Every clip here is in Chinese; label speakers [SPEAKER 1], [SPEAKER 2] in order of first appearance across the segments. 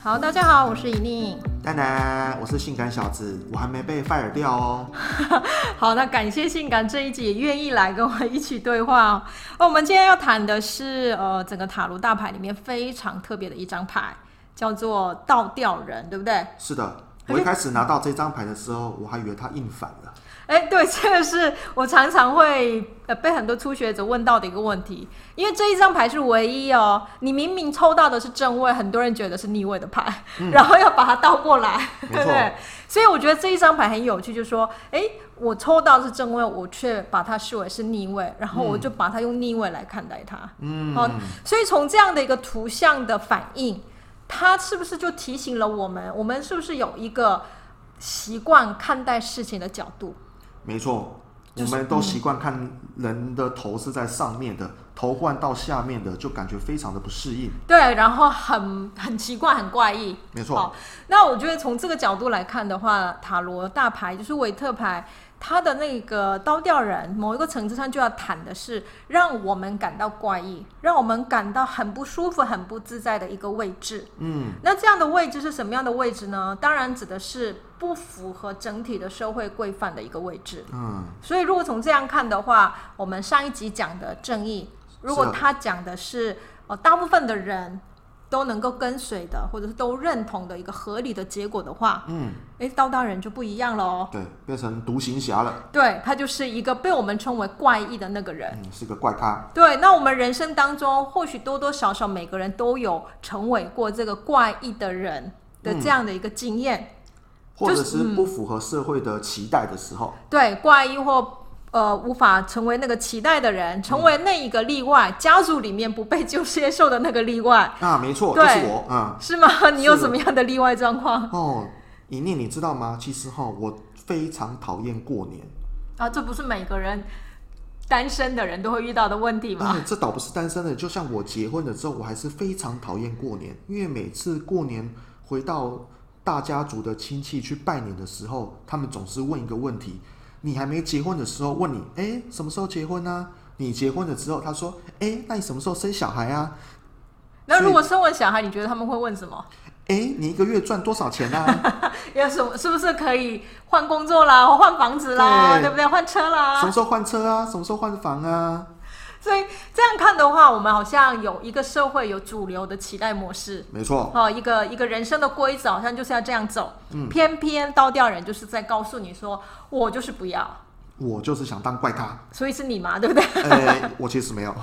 [SPEAKER 1] 好，大家好，我是以宁。
[SPEAKER 2] 丹丹，我是性感小子，我还没被 fire 掉哦。
[SPEAKER 1] 好，那感谢性感这一集也愿意来跟我一起对话哦。哦我们今天要谈的是呃，整个塔罗大牌里面非常特别的一张牌，叫做倒吊人，对不对？
[SPEAKER 2] 是 的，我一开始拿到这张牌的时候，我还以为它印反了。
[SPEAKER 1] 哎，对，这个是我常常会呃被很多初学者问到的一个问题，因为这一张牌是唯一哦，你明明抽到的是正位，很多人觉得是逆位的牌，然后要把它倒过来，
[SPEAKER 2] 嗯没
[SPEAKER 1] 对不
[SPEAKER 2] 错
[SPEAKER 1] 对？所以我觉得这一张牌很有趣，就是说，哎，我抽到的是正位，我却把它视为是逆位，然后我就把它用逆位来看待它。
[SPEAKER 2] 嗯，
[SPEAKER 1] 好，所以从这样的一个图像的反应，它是不是就提醒了我们，我们是不是有一个习惯看待事情的角度？
[SPEAKER 2] 没错，
[SPEAKER 1] 就
[SPEAKER 2] 我
[SPEAKER 1] 是
[SPEAKER 2] 们都习惯看人的头是在上面的，头冠到下面的，就感觉非常的不适应。
[SPEAKER 1] 对，然后很很奇怪，很怪异。
[SPEAKER 2] 没
[SPEAKER 1] 好
[SPEAKER 2] 错，，
[SPEAKER 1] 那我觉得从这个角度来看的话，塔罗大牌就是维特牌，它的那个刀吊人，某一个层次上就要谈的是，让我们感到怪异，让我们感到很不舒服、很不自在的一个位置。
[SPEAKER 2] 嗯，
[SPEAKER 1] 那这样的位置是什么样的位置呢？当然指的是不符合整体的社会规范的一个位置。
[SPEAKER 2] 嗯，
[SPEAKER 1] 所以如果从这样看的话，我们上一集讲的正义，如果
[SPEAKER 2] 是
[SPEAKER 1] 他讲的是呃大部分的人都能够跟随的，或者是都认同的一个合理的结果的话，
[SPEAKER 2] 嗯，
[SPEAKER 1] 诶，刀刀人就不一样了哦。
[SPEAKER 2] 对，变成独行侠了，
[SPEAKER 1] 对他就是一个被我们称为怪异的那个人。
[SPEAKER 2] 嗯，是个怪咖。
[SPEAKER 1] 对，那我们人生当中，或许多多少少每个人都有成为过这个怪异的人的这样的一个经验，
[SPEAKER 2] 或者
[SPEAKER 1] 就是嗯
[SPEAKER 2] 不符合社会的期待的时候，
[SPEAKER 1] 对，怪异或呃无法成为那个期待的人，成为那一个例外，家族里面不被就接受的那个例外，
[SPEAKER 2] 啊，没错，就
[SPEAKER 1] 对
[SPEAKER 2] 是我，嗯，
[SPEAKER 1] 是吗？ 你有
[SPEAKER 2] 是
[SPEAKER 1] 什么样的例外状况
[SPEAKER 2] 哦，以念你知道吗？其实哈、我非常讨厌过年，
[SPEAKER 1] 啊？这不是每个人单身的人都会遇到的问题吗？
[SPEAKER 2] 嗯，这倒不是单身的，就像我结婚了之后，我还是非常讨厌过年，因为每次过年回到大家族的亲戚去拜年的时候，他们总是问一个问题：你还没结婚的时候问你，哎，什么时候结婚啊？你结婚了之后，他说，哎，那你什么时候生小孩啊？
[SPEAKER 1] 那
[SPEAKER 2] 所以
[SPEAKER 1] 如果生完小孩，你觉得他们会问什么？
[SPEAKER 2] 哎，你一个月赚多少钱啊？
[SPEAKER 1] 有什么？是不是可以换工作啦，或换房子啦，
[SPEAKER 2] 对
[SPEAKER 1] 对不对？换车啦？
[SPEAKER 2] 什么时候换车啊？什么时候换房啊？
[SPEAKER 1] 所以这样看的话，我们好像有一个社会有主流的期待模式，
[SPEAKER 2] 没错，
[SPEAKER 1] 哦，一个一个人生的规则好像就是要这样走。偏偏刀掉人就是在告诉你说，我就是不要，
[SPEAKER 2] 我就是想当怪咖。
[SPEAKER 1] 所以是你嘛，对不对？
[SPEAKER 2] 呃，我其实没有。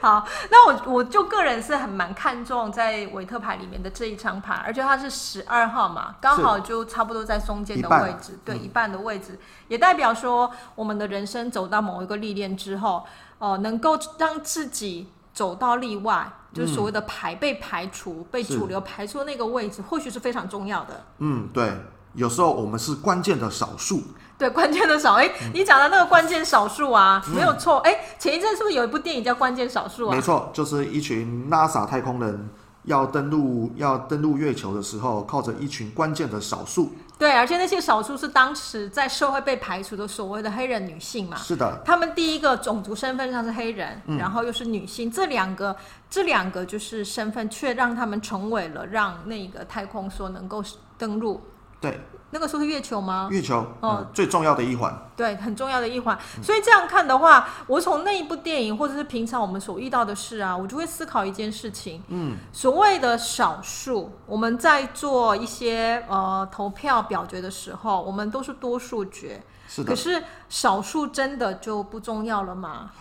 [SPEAKER 1] 好，那我我就个人是很蛮看重在维特牌里面的这一张牌，而且它是十二号嘛，刚好就差不多在中间的
[SPEAKER 2] 一半
[SPEAKER 1] 位置，对，一半的位置，也代表说我们的人生走到某一个历练之后，呃，能够让自己走到例外，就是所谓的排被排除、被
[SPEAKER 2] 是
[SPEAKER 1] 主流排除的那个位置，或许是非常重要的。
[SPEAKER 2] 嗯，对，有时候我们是关键的少数。
[SPEAKER 1] 对，关键的少，哎，
[SPEAKER 2] 嗯
[SPEAKER 1] 你讲的那个关键少数啊，没有错，哎，前一阵是不是有一部电影叫《关键少数》啊
[SPEAKER 2] 没？错，就是一群 NASA 太空人要登陆要登陆月球的时候，靠着一群关键的少数。
[SPEAKER 1] 对，而且那些少数是当时在社会被排除的所谓的黑人女性嘛。
[SPEAKER 2] 是的，
[SPEAKER 1] 她们第一个种族身份上是黑人，
[SPEAKER 2] 嗯
[SPEAKER 1] 然后又是女性，这两个这两个就是身份，却让他们成为了让那个太空梭能够登陆。
[SPEAKER 2] 对，
[SPEAKER 1] 那个时候是月球吗？
[SPEAKER 2] 月球
[SPEAKER 1] 哦
[SPEAKER 2] 嗯最重要的一环。
[SPEAKER 1] 对，很重要的一环。所以这样看的话，我从那一部电影或者是平常我们所遇到的事啊，我就会思考一件事情。嗯，所谓的少数，我们在做一些呃投票表决的时候，我们都是多数决。
[SPEAKER 2] 是
[SPEAKER 1] 可
[SPEAKER 2] 的，
[SPEAKER 1] 是少数真的就不重要了吗？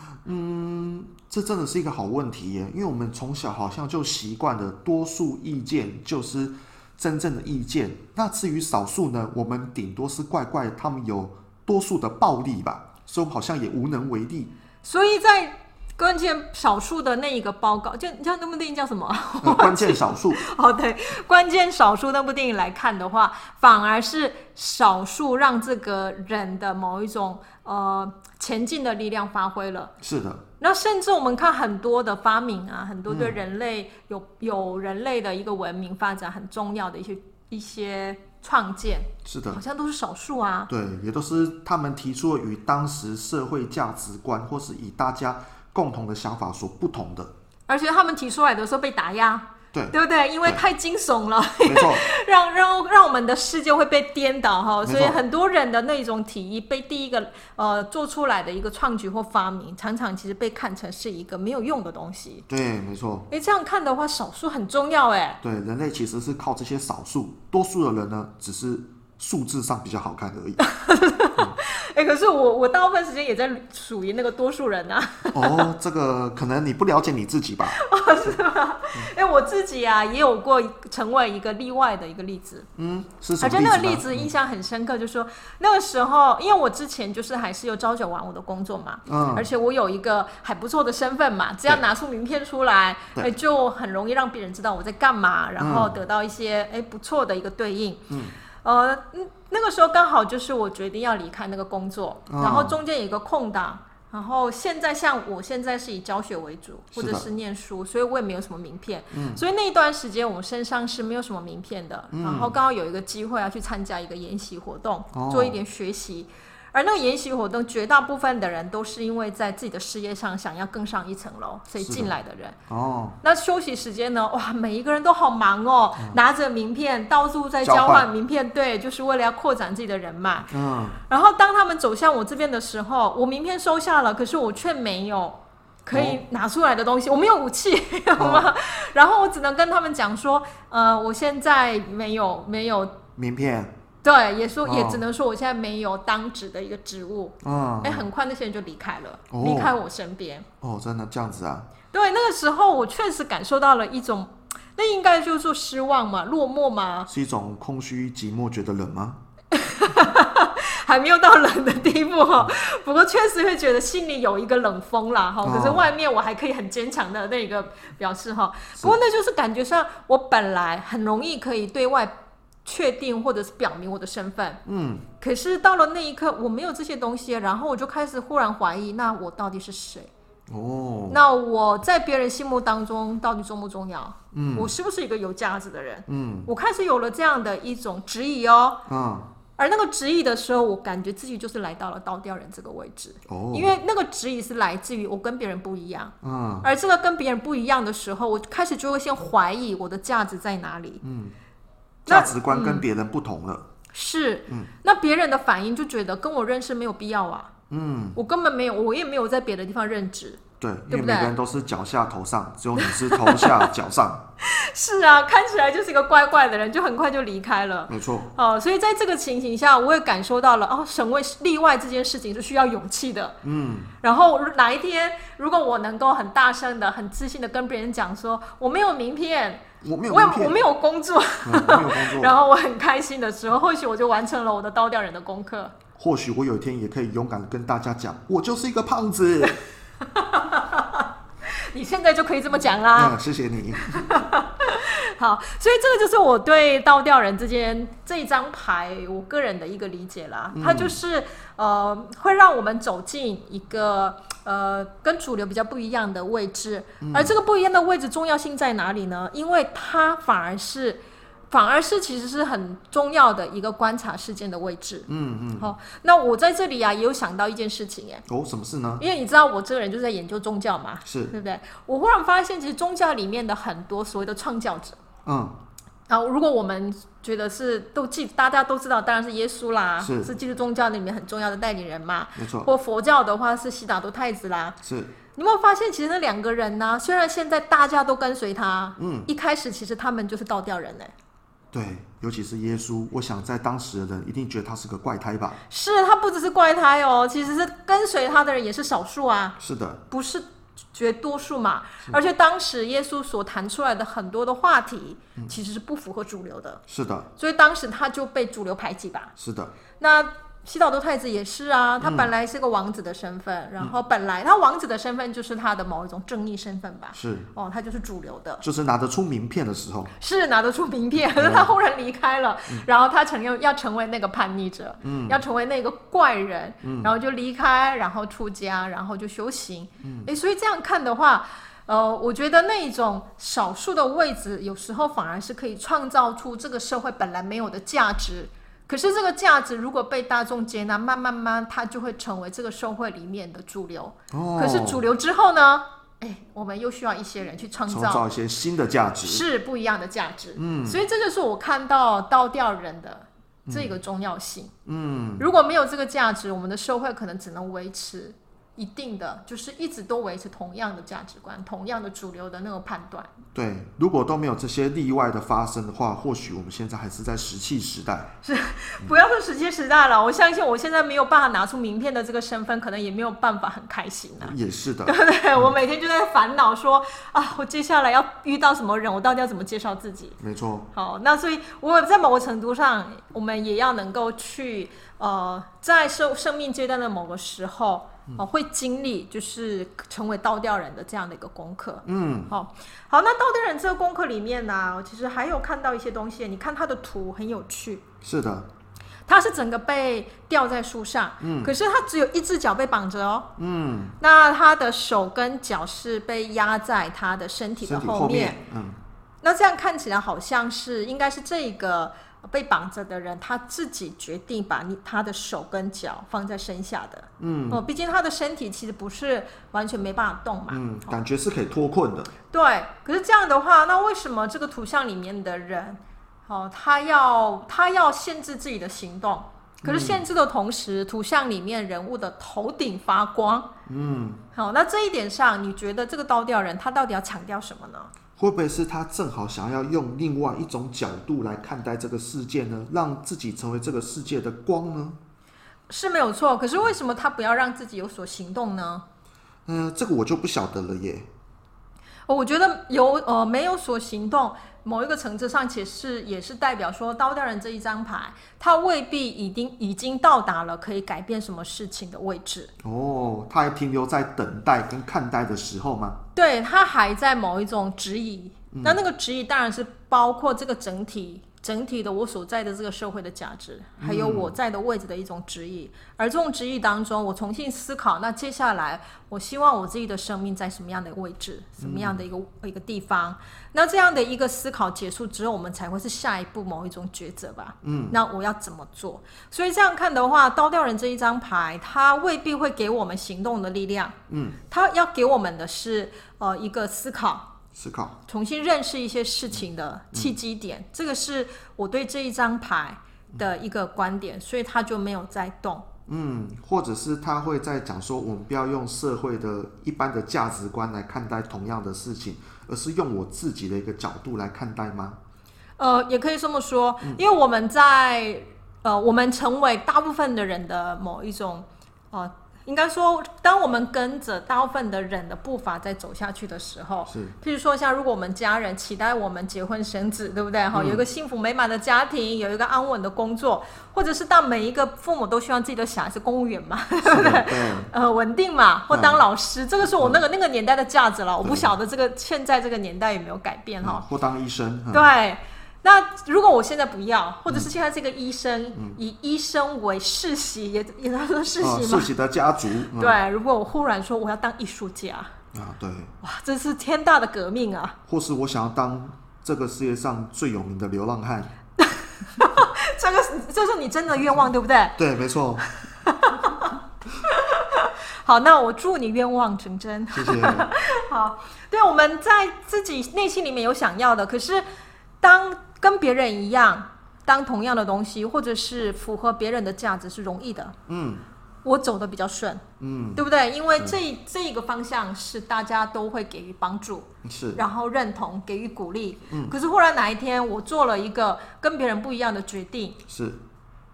[SPEAKER 2] 这真的是一个好问题耶，因为我们从小好像就习惯了多数意见就是真正的意见，那至于少数呢，我们顶多是怪怪他们有多数的暴力吧，所以我们好像也无能为力。
[SPEAKER 1] 所以在关键少数的那一个报告，就你知道那部电影叫什么？
[SPEAKER 2] 呃、关键少数，
[SPEAKER 1] 哦，对，关键少数那部电影来看的话，反而是少数让这个人的某一种呃前进的力量发挥了。
[SPEAKER 2] 是的，
[SPEAKER 1] 那甚至我们看很多的发明啊，很多对人类有、有人类的一个文明发展很重要的一些一些创建，
[SPEAKER 2] 是的
[SPEAKER 1] 好，像都是少数啊。
[SPEAKER 2] 对，也都是他们提出了与当时社会价值观或是与大家共同的想法所不同的。
[SPEAKER 1] 而且他们提出来的时候被打压，
[SPEAKER 2] 对，
[SPEAKER 1] 对不对？因为
[SPEAKER 2] 对
[SPEAKER 1] 太惊悚了，
[SPEAKER 2] 没错，
[SPEAKER 1] 让让让我们的世界会被颠倒哈，
[SPEAKER 2] 没
[SPEAKER 1] 所以
[SPEAKER 2] 错
[SPEAKER 1] 很多人的那种提议被第一个呃做出来的一个创举或发明，常常其实被看成是一个没有用的东西。
[SPEAKER 2] 对，没错，
[SPEAKER 1] 诶，这样看的话，少数很重要诶，
[SPEAKER 2] 对，人类其实是靠这些少数，多数的人呢，只是数字上比较好看而已。
[SPEAKER 1] 诶，可是我我大部分时间也在属于那个多数人啊。
[SPEAKER 2] 哦，这个可能你不了解你自己吧？
[SPEAKER 1] 诶，我自己啊也有过成为一个例外的一个例子。
[SPEAKER 2] 嗯，是什
[SPEAKER 1] 而
[SPEAKER 2] 么
[SPEAKER 1] 且啊那个
[SPEAKER 2] 例
[SPEAKER 1] 例
[SPEAKER 2] 子嗯
[SPEAKER 1] 子印象很深刻，就是说那个时候，因为我之前就是还是有朝九晚五的工作嘛，
[SPEAKER 2] 嗯
[SPEAKER 1] 而且我有一个还不错的身份嘛，只要拿出名片出来，
[SPEAKER 2] 对
[SPEAKER 1] 哎，就很容易让别人知道我在干嘛，然后得到一些哎不错的一个对应。
[SPEAKER 2] 嗯，
[SPEAKER 1] 呃，嗯那个时候刚好就是我决定要离开那个工作，
[SPEAKER 2] 哦
[SPEAKER 1] 然后中间有一个空档。然后现在像我现在是以教学为主，或
[SPEAKER 2] 是
[SPEAKER 1] 者
[SPEAKER 2] 的
[SPEAKER 1] 是念书，所以我也没有什么名片。
[SPEAKER 2] 嗯
[SPEAKER 1] 所以那一段时间我们身上是没有什么名片的。然后刚好有一个机会要去参加一个研习活动，
[SPEAKER 2] 哦
[SPEAKER 1] 做一点学习。而那个研习活动，绝大部分的人都是因为在自己的事业上想要更上一层楼，所以
[SPEAKER 2] 是的
[SPEAKER 1] 进来的人。
[SPEAKER 2] 呢？哦，
[SPEAKER 1] 那休息时间呢？哇，每一个人都好忙哦，拿着名片到处在
[SPEAKER 2] 嗯交
[SPEAKER 1] 交
[SPEAKER 2] 换
[SPEAKER 1] 换名片，对，就是为了要扩展自己的人脉。
[SPEAKER 2] 嗯，
[SPEAKER 1] 然后当他们走向我这边的时候，我名片收下了，可是我却没有可
[SPEAKER 2] 哦
[SPEAKER 1] 以拿出来的东西，我没有武器， 好吗？然后我只能跟他们讲说，呃，我现在没有没有，
[SPEAKER 2] 名片，
[SPEAKER 1] 对，也说、
[SPEAKER 2] 哦
[SPEAKER 1] 也只能说我现在没有当值的一个职务。
[SPEAKER 2] 嗯
[SPEAKER 1] 哎、，很快那些人就离开了，
[SPEAKER 2] 哦
[SPEAKER 1] 离开我身边。
[SPEAKER 2] 哦，真的这样子啊？
[SPEAKER 1] 对，那个时候我确实感受到了一种，那应该就是说失望嘛，落寞嘛，
[SPEAKER 2] 是一种空虚寂寞觉得冷吗？
[SPEAKER 1] 还没有到冷的地步哈、 不过确实会觉得心里有一个冷风啦哈、
[SPEAKER 2] 嗯哦
[SPEAKER 1] 可是外面我还可以很坚强的那个表示哈、
[SPEAKER 2] 是
[SPEAKER 1] 不过那就是感觉上我本来很容易可以对外确定或者是表明我的身份，
[SPEAKER 2] 嗯，
[SPEAKER 1] 可是到了那一刻我没有这些东西，然后我就开始忽然怀疑，那我到底是谁？
[SPEAKER 2] 哦，
[SPEAKER 1] 那我在别人心目当中到底重不重要？
[SPEAKER 2] 嗯
[SPEAKER 1] 我是不是一个有价值的人？
[SPEAKER 2] 嗯
[SPEAKER 1] 我开始有了这样的一种质疑哦。
[SPEAKER 2] 嗯，
[SPEAKER 1] 而那个质疑的时候，我感觉自己就是来到了倒吊人这个位置，
[SPEAKER 2] 哦，
[SPEAKER 1] 因为那个质疑是来自于我跟别人不一样，
[SPEAKER 2] 嗯
[SPEAKER 1] 而这个跟别人不一样的时候，我开始就会先怀疑我的价值在哪里。
[SPEAKER 2] 嗯，
[SPEAKER 1] 那嗯
[SPEAKER 2] 价值观跟别人不同了。
[SPEAKER 1] 是
[SPEAKER 2] 嗯，
[SPEAKER 1] 那别人的反应就觉得跟我认识没有必要啊，
[SPEAKER 2] 嗯，
[SPEAKER 1] 我根本没有，我也没有在别的地方任职。
[SPEAKER 2] 对，因
[SPEAKER 1] 对
[SPEAKER 2] 为
[SPEAKER 1] 不
[SPEAKER 2] 每个
[SPEAKER 1] 对
[SPEAKER 2] 人都是脚下头上，只有你是头 下脚上，
[SPEAKER 1] 是啊，看起来就是一个怪怪的人，就很快就离开了。
[SPEAKER 2] 没错。
[SPEAKER 1] 哦，所以在这个情形下，我也感受到了哦，审问例外这件事情是需要勇气的。
[SPEAKER 2] 嗯，
[SPEAKER 1] 然后哪一天，如果我能够很大声的、很自信的跟别人讲说我没有名片，
[SPEAKER 2] 我没有
[SPEAKER 1] 我
[SPEAKER 2] 名
[SPEAKER 1] 也
[SPEAKER 2] 片，
[SPEAKER 1] 我没有工作，
[SPEAKER 2] 嗯我没有工作，
[SPEAKER 1] 然后我很开心的时候，或许我就完成了我的刀雕人的功课。
[SPEAKER 2] 或许我有一天也可以勇敢地跟大家讲，我就是一个胖子。
[SPEAKER 1] 你现在就可以这么讲啦。
[SPEAKER 2] 嗯，谢谢你。
[SPEAKER 1] 好，所以这个就是我对倒吊人之间这一张牌我个人的一个理解啦。它就是呃，会让我们走进一个呃跟主流比较不一样的位置，而这个不一样的位置重要性在哪里呢？因为它反而是。反而是其实是很重要的一个观察事件的位置。
[SPEAKER 2] 嗯嗯，
[SPEAKER 1] 好、那我在这里啊也有想到一件事情耶，
[SPEAKER 2] 哦，什么事呢？
[SPEAKER 1] 因为你知道我这个人就是在研究宗教嘛，
[SPEAKER 2] 是，
[SPEAKER 1] 对不对？我忽然发现，其实宗教里面的很多所谓的创教者，
[SPEAKER 2] 嗯，
[SPEAKER 1] 然后，如果我们觉得是都记，大家都知道，当然是耶稣啦，
[SPEAKER 2] 是啊
[SPEAKER 1] 基督宗教里面很重要的代理人嘛。
[SPEAKER 2] 没错，
[SPEAKER 1] 或佛教的话是悉达多太子啦。
[SPEAKER 2] 是，
[SPEAKER 1] 你有没有发现，其实那两个人呢、虽然现在大家都跟随他，
[SPEAKER 2] 嗯，
[SPEAKER 1] 一开始其实他们就是倒吊人呢、欸
[SPEAKER 2] 对，尤其是耶稣，我想在当时的人一定觉得他是个怪胎吧？
[SPEAKER 1] 是他不只是怪胎哦，其实是跟随他的人也是少数啊，
[SPEAKER 2] 是的，
[SPEAKER 1] 不是绝多数嘛。而且当时耶稣所谈出来的很多的话题，
[SPEAKER 2] 嗯
[SPEAKER 1] 其实是不符合主流的，
[SPEAKER 2] 是的，
[SPEAKER 1] 所以当时他就被主流排挤吧。
[SPEAKER 2] 是的，
[SPEAKER 1] 那西岛多太子也是啊，他本来是个王子的身份，然后本来他王子的身份就是他的某一种正义身份吧，
[SPEAKER 2] 是，
[SPEAKER 1] 哦，他就是主流的。
[SPEAKER 2] 就是拿得出名片的时候，
[SPEAKER 1] 是拿得出名片，
[SPEAKER 2] 嗯
[SPEAKER 1] 可是他忽然离开了，然后他承认要成为那个叛逆者，
[SPEAKER 2] 嗯
[SPEAKER 1] 要成为那个怪人，然后就离开，然后出家，然后就修行。
[SPEAKER 2] 嗯
[SPEAKER 1] 诶，所以这样看的话，呃，我觉得那一种少数的位置，有时候反而是可以创造出这个社会本来没有的价值。可是这个价值如果被大众接纳，慢慢慢，它就会成为这个社会里面的主流。
[SPEAKER 2] 哦，
[SPEAKER 1] 可是主流之后呢？哎，我们又需要一些人去创
[SPEAKER 2] 创
[SPEAKER 1] 造
[SPEAKER 2] 造一些新的价值。
[SPEAKER 1] 是不一样的价值。嗯，所以这就是我看到刀钓人的这个重要性。嗯，如果没有这个价值，我们的社会可能只能维持一定的，就是一直都维持同样的价值观、同样的主流的那个判断。
[SPEAKER 2] 对，如果都没有这些例外的发生的话，或许我们现在还是在石器时代。
[SPEAKER 1] 嗯不要说时间时代了，我相信我现在没有办法拿出名片的这个身份，可能也没有办法很开心 啊。
[SPEAKER 2] 也是的，
[SPEAKER 1] 对不对？我每天就在烦恼说啊，我接下来要遇到什么人，我到底要怎么介绍自己？
[SPEAKER 2] 没错。
[SPEAKER 1] 好，那所以我在某个程度上，我们也要能够去呃，在生生命阶段的某个时候，
[SPEAKER 2] 嗯
[SPEAKER 1] 哦、会经历就是成为倒吊人的这样的一个功课。
[SPEAKER 2] 嗯，
[SPEAKER 1] 好、好，那倒吊人这个功课里面呢、我其实还有看到一些东西，你看它的图很有趣。
[SPEAKER 2] 是的，
[SPEAKER 1] 它是整个被吊在树上，嗯，可是它只有一只脚被绑着哦，
[SPEAKER 2] 嗯，
[SPEAKER 1] 那他的手跟脚是被压在他的身体
[SPEAKER 2] 身
[SPEAKER 1] 的
[SPEAKER 2] 体
[SPEAKER 1] 后
[SPEAKER 2] 面，嗯，
[SPEAKER 1] 那这样看起来好像是应该是这个呃被绑着的人他自己决定把你他的手跟脚放在身下的，嗯，哦，毕竟他的身体其实不是完全没办法动嘛，
[SPEAKER 2] 嗯，感觉是可以脱困的。
[SPEAKER 1] 对。可是这样的话，那为什么这个图像里面的人，哦，他要他要限制自己的行动？可
[SPEAKER 2] 嗯
[SPEAKER 1] 是限制的同时，图像里面人物的头顶发光，
[SPEAKER 2] 嗯，
[SPEAKER 1] 好，那这一点上，你觉得这个刀雕人他到底要强调什么呢？
[SPEAKER 2] 会不会是他正好想要用另外一种角度来看待这个世界呢？让自己成为这个世界的光呢？
[SPEAKER 1] 是没有错，可是为什么他不要让自己有所行动呢？
[SPEAKER 2] 嗯、这个我就不晓得了耶。
[SPEAKER 1] 哦我觉得有呃没有所行动，某一个层次上其实也是代表说刀雕人这一张牌，他未必已经已经到达了可以改变什么事情的位置，
[SPEAKER 2] 哦，他还停留在等待跟看待的时候吗？
[SPEAKER 1] 对他还在某一种质疑。那那个质疑当然是包括这个整体。整体的我所在的这个社会的价值，还有我在的位置的一种质疑，而这种质疑当中，我重新思考，那接下来我希望我自己的生命在什么样的位置，什么样的一个、一个地方？那这样的一个思考结束之后，我们才会是下一步某一种抉择吧。嗯，那我要怎么做？所以这样看的话，刀雕人这一张牌，它未必会给我们行动的力量。
[SPEAKER 2] 嗯，
[SPEAKER 1] 它要给我们的是呃一个思考，
[SPEAKER 2] 思考，
[SPEAKER 1] 重新认识一些事情的契机点，这个是我对这一张牌的一个观点，所以他就没有在动。
[SPEAKER 2] 嗯，或者是他会在讲说，我们不要用社会的一般的价值观来看待同样的事情，而是用我自己的一个角度来看待吗？
[SPEAKER 1] 呃，也可以这么说，因为我们在呃，我们成为大部分的人的某一种呃，应该说，当我们跟着大部分的人的步伐在走下去的时候，
[SPEAKER 2] 是，
[SPEAKER 1] 譬如说，像如果我们家人期待我们结婚生子，对不对？
[SPEAKER 2] 嗯
[SPEAKER 1] 哈、有一个幸福美满的家庭，有一个安稳的工作，或者是当每一个父母都希望自己的小孩是公务员嘛，
[SPEAKER 2] 是的，对，嗯
[SPEAKER 1] 呃，稳定嘛，或当老师，这个是我那个那个年代的价值了。我不晓得这个现在这个年代有没有改变哈
[SPEAKER 2] 嗯。或当医生，嗯
[SPEAKER 1] 对，啊那如果我现在不要，或者是现在这个医生以医生为世袭，也也他说世
[SPEAKER 2] 呃
[SPEAKER 1] 袭
[SPEAKER 2] 嗯世
[SPEAKER 1] 嘛。
[SPEAKER 2] 袭的家族，嗯
[SPEAKER 1] 对，如果我忽然说我要当艺术家，
[SPEAKER 2] 啊，对，
[SPEAKER 1] 哇，这是天大的革命啊！
[SPEAKER 2] 或是我想要当这个世界上最有名的流浪汉，
[SPEAKER 1] 这个是这是你真的愿望，对不对？
[SPEAKER 2] 对，没错，
[SPEAKER 1] 好，那我祝你愿望成真。
[SPEAKER 2] 谢谢，
[SPEAKER 1] 好，对，我们在自己内心里面有想要的，可是当跟别人一样，当同样的东西，或者是符合别人的价值是容易的。
[SPEAKER 2] 嗯
[SPEAKER 1] 我走的比较顺，
[SPEAKER 2] 嗯，
[SPEAKER 1] 对不对？因为这这一个方向是大家都会给予帮助，
[SPEAKER 2] 是，嗯
[SPEAKER 1] 然后认同、给予鼓励。可是忽然哪一天我做了一个跟别人不一样的决定，
[SPEAKER 2] 是，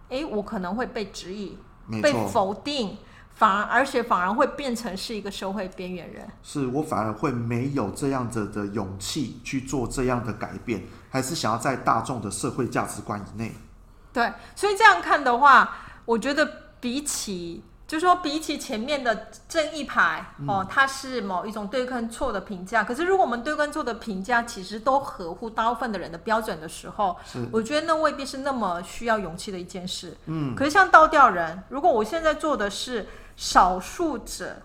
[SPEAKER 1] 诶，我可能会被质疑、
[SPEAKER 2] 没
[SPEAKER 1] 被
[SPEAKER 2] 错，
[SPEAKER 1] 否定，反而而且反而会变成是一个社会边缘人。
[SPEAKER 2] 是我反而会没有这样子的勇气去做这样的改变，还是想要在大众的社会价值观以内，
[SPEAKER 1] 对，所以这样看的话，我觉得比起就是说比起前面的正义牌
[SPEAKER 2] 嗯
[SPEAKER 1] 哦，它是某一种对跟错的评价。可是如果我们对跟错的评价其实都合乎大部分的人的标准的时候，
[SPEAKER 2] 是
[SPEAKER 1] 我觉得那未必是那么需要勇气的一件事。嗯，可是像倒吊人，如果我现在做的是少数者。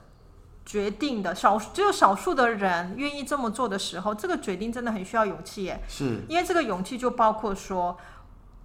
[SPEAKER 1] 决定的少只有少数的人愿意这么做的时候，这个决定真的很需要勇气耶。
[SPEAKER 2] 是，
[SPEAKER 1] 因为这个勇气就包括说，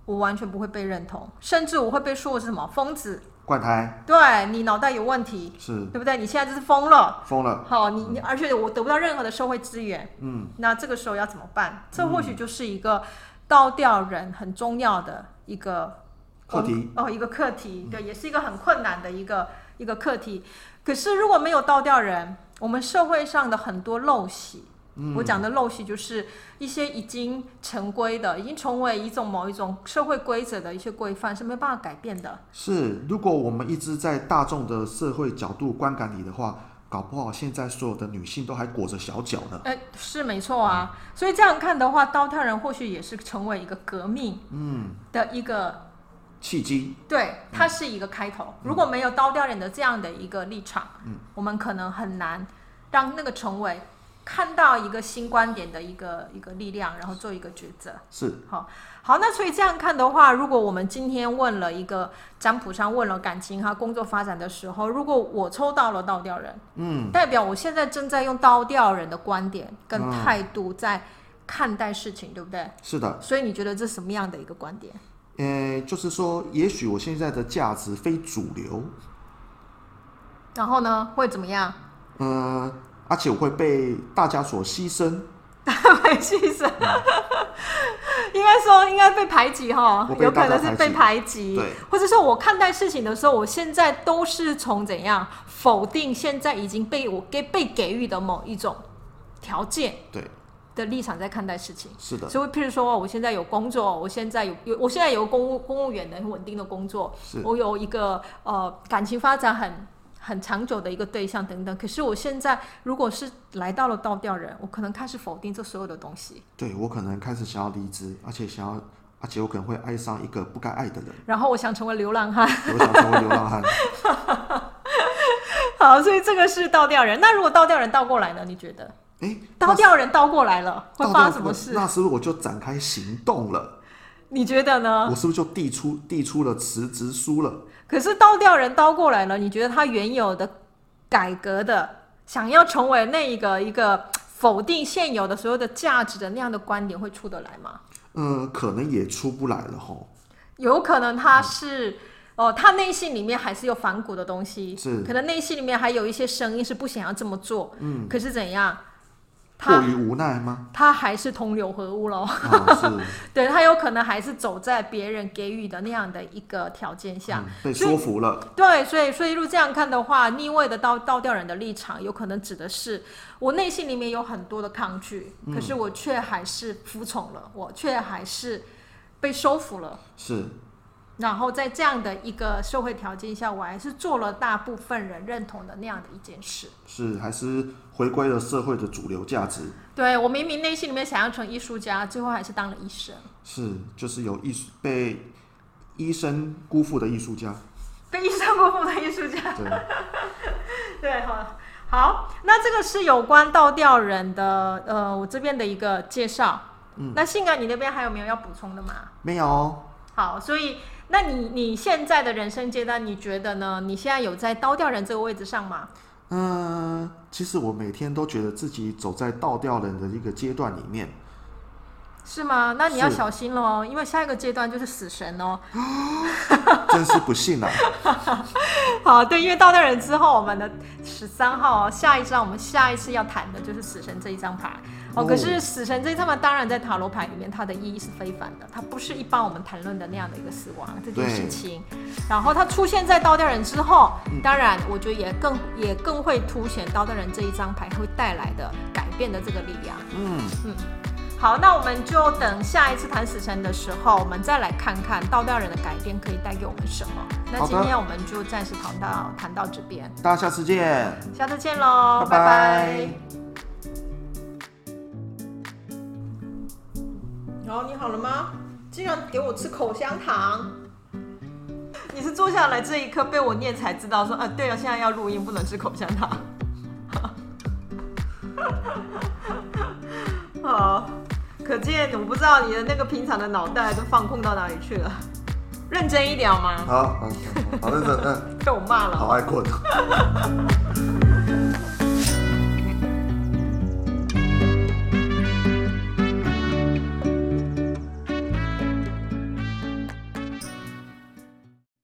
[SPEAKER 1] 我完全不会被认同，甚至我会被说我是什么疯子、
[SPEAKER 2] 怪胎
[SPEAKER 1] 对你脑袋有问题，
[SPEAKER 2] 是
[SPEAKER 1] 对不对？你现在就是疯了，
[SPEAKER 2] 疯了，
[SPEAKER 1] 好，你你，而且我得不到任何的社会资源，
[SPEAKER 2] 嗯，
[SPEAKER 1] 那这个时候要怎么办？这或许就是一个倒吊人很重要的一个
[SPEAKER 2] 课题嗯
[SPEAKER 1] 哦，一个课题，对，也是一个很困难的一个一个课题。可是如果没有倒吊人，我们社会上的很多陋习，
[SPEAKER 2] 嗯
[SPEAKER 1] 我讲的陋习就是一些已经成规的，已经成为一种某一种社会规则的一些规范是没有办法改变的。
[SPEAKER 2] 是。如果我们一直在大众的社会角度观感里的话，搞不好现在所有的女性都还裹着小脚呢。
[SPEAKER 1] 呃，是没错啊。所以这样看的话，刀塔人或许也是成为一个革命，嗯，的一个，
[SPEAKER 2] 契机
[SPEAKER 1] 对，它是一个开头。如果没有刀雕人的这样的一个立场，嗯，我们可能很难让那个成为看到一个新观点的一个一个力量，然后做一个抉择。
[SPEAKER 2] 是
[SPEAKER 1] 好，好，那所以这样看的话，如果我们今天问了一个占卜上问了感情和工作发展的时候，如果我抽到了倒吊人，嗯，代表我现在正在用倒吊人的观点跟态度在看待事情，对不对？
[SPEAKER 2] 是的，
[SPEAKER 1] 所以你觉得这是什么样的一个观点？
[SPEAKER 2] 呃，就是说，也许我现在的价值非主流，
[SPEAKER 1] 然后呢，会怎么样？
[SPEAKER 2] 呃，而且我会被大家所牺牲，
[SPEAKER 1] 被牺牲，应该说应该被排挤哈
[SPEAKER 2] 我，被
[SPEAKER 1] 有可
[SPEAKER 2] 大
[SPEAKER 1] 能是
[SPEAKER 2] 家排
[SPEAKER 1] 被
[SPEAKER 2] 挤
[SPEAKER 1] 排挤
[SPEAKER 2] 对，
[SPEAKER 1] 或者说我看待事情的时候，我现在都是从怎样否定现在已经被我给被给予的某一种条件
[SPEAKER 2] 对，
[SPEAKER 1] 的立场在看待事情。
[SPEAKER 2] 是的，
[SPEAKER 1] 所以，譬如说，我现在有工作，我现在有有，我现在有公务公务员的很稳定的工作，
[SPEAKER 2] 是
[SPEAKER 1] 我有一个呃感情发展很很长久的一个对象等等。可是我现在如果是来到了倒吊人，我可能开始否定这所有的东西，
[SPEAKER 2] 对我可能开始想要离职，而且想要，而且我可能会爱上一个不该爱的人，
[SPEAKER 1] 然后我想成为流浪汉。
[SPEAKER 2] 我想成为流浪汉。
[SPEAKER 1] 好，所以这个是倒吊人。那如果倒吊人倒过来呢？你觉得
[SPEAKER 2] 哎，
[SPEAKER 1] 倒吊人倒过来了会
[SPEAKER 2] 到
[SPEAKER 1] 发
[SPEAKER 2] 那
[SPEAKER 1] 生什么事？
[SPEAKER 2] 那是不是我就展开行动了？
[SPEAKER 1] 你觉得呢
[SPEAKER 2] 我？是不是就递出递出了辞职书了？
[SPEAKER 1] 可是倒吊人倒过来了，你觉得他原有的改革的，想要成为那一个一个否定现有的所有的价值的那样的观点会出得来吗？
[SPEAKER 2] 呃，可能也出不来了吼。
[SPEAKER 1] 有可能
[SPEAKER 2] 嗯
[SPEAKER 1] 他是。哦，他内心里面还是有反骨的东西，
[SPEAKER 2] 是
[SPEAKER 1] 可能内心里面还有一些声音是不想要这么做，嗯，可是怎样，
[SPEAKER 2] 过
[SPEAKER 1] 他
[SPEAKER 2] 于无 奈吗？
[SPEAKER 1] 他还是同流合污喽，
[SPEAKER 2] 啊，是，
[SPEAKER 1] 对他有可能还是走在别人给予的那样的一个条件下
[SPEAKER 2] 嗯，被
[SPEAKER 1] 所以
[SPEAKER 2] 说服了。
[SPEAKER 1] 对，所以所以如果这样看的话，逆位的倒倒吊人的立场，有可能指的是我内心里面有很多的抗拒，可
[SPEAKER 2] 嗯
[SPEAKER 1] 是我却还是服从了，我却还是被收服了。
[SPEAKER 2] 是，
[SPEAKER 1] 然后在这样的一个社会条件下，我还是做了大部分人认同的那样的一件事。
[SPEAKER 2] 是还是回归了社会的主流价值，
[SPEAKER 1] 对我明明内心里面想要成艺术家，最后还是当了医生，
[SPEAKER 2] 是就是有艺术被医生辜负的艺术家，
[SPEAKER 1] 被医生辜负的艺术家。
[SPEAKER 2] 对，
[SPEAKER 1] 对，好，好，那这个是有关倒吊人的，呃，我这边的一个介绍。嗯，那性感，你那边还有没有要补充的吗？
[SPEAKER 2] 没有哦，
[SPEAKER 1] 好，所以那你你现在的人生阶段，你觉得呢？你现在有在倒吊人这个位置上吗？
[SPEAKER 2] 嗯、其实我每天都觉得自己走在倒吊人的一个阶段里面，
[SPEAKER 1] 是吗？那你要
[SPEAKER 2] 是
[SPEAKER 1] 小心了哦，因为下一个阶段就是死神哦。
[SPEAKER 2] 真是不幸啊，
[SPEAKER 1] 好，对，因为倒吊人之后，我们的十三号哦下一张，我们下一次要谈的就是死神这一张牌。哦，
[SPEAKER 2] 哦
[SPEAKER 1] 可是死神这一张牌，当然在塔罗牌里面，它的意义是非凡的，它不是一般我们谈论的那样的一个死亡这件事情。然后它出现在倒吊人之后，当然我觉得也更也更会凸显倒吊人这一张牌会带来的改变的这个力量。
[SPEAKER 2] 嗯，
[SPEAKER 1] 嗯，好，那我们就等下一次谈死神的时候，我们再来看看倒吊人的改变可以带给我们什么。那
[SPEAKER 2] 好
[SPEAKER 1] 今
[SPEAKER 2] 的
[SPEAKER 1] 天我们就暂时谈到谈到这边，
[SPEAKER 2] 大家下次见，
[SPEAKER 1] 下次见喽，拜拜
[SPEAKER 2] 拜拜。
[SPEAKER 1] 哦，你好了吗？竟然给我吃口香糖！ 你是坐下来这一刻被我念才知道说，啊，对了，现在要录音，不能吃口香糖。 好，可见我不知道你的那个平常的脑袋都放空到哪里去了。认真一点好吗？
[SPEAKER 2] 好，好，好认真，嗯，
[SPEAKER 1] 被我骂了。
[SPEAKER 2] 好爱困。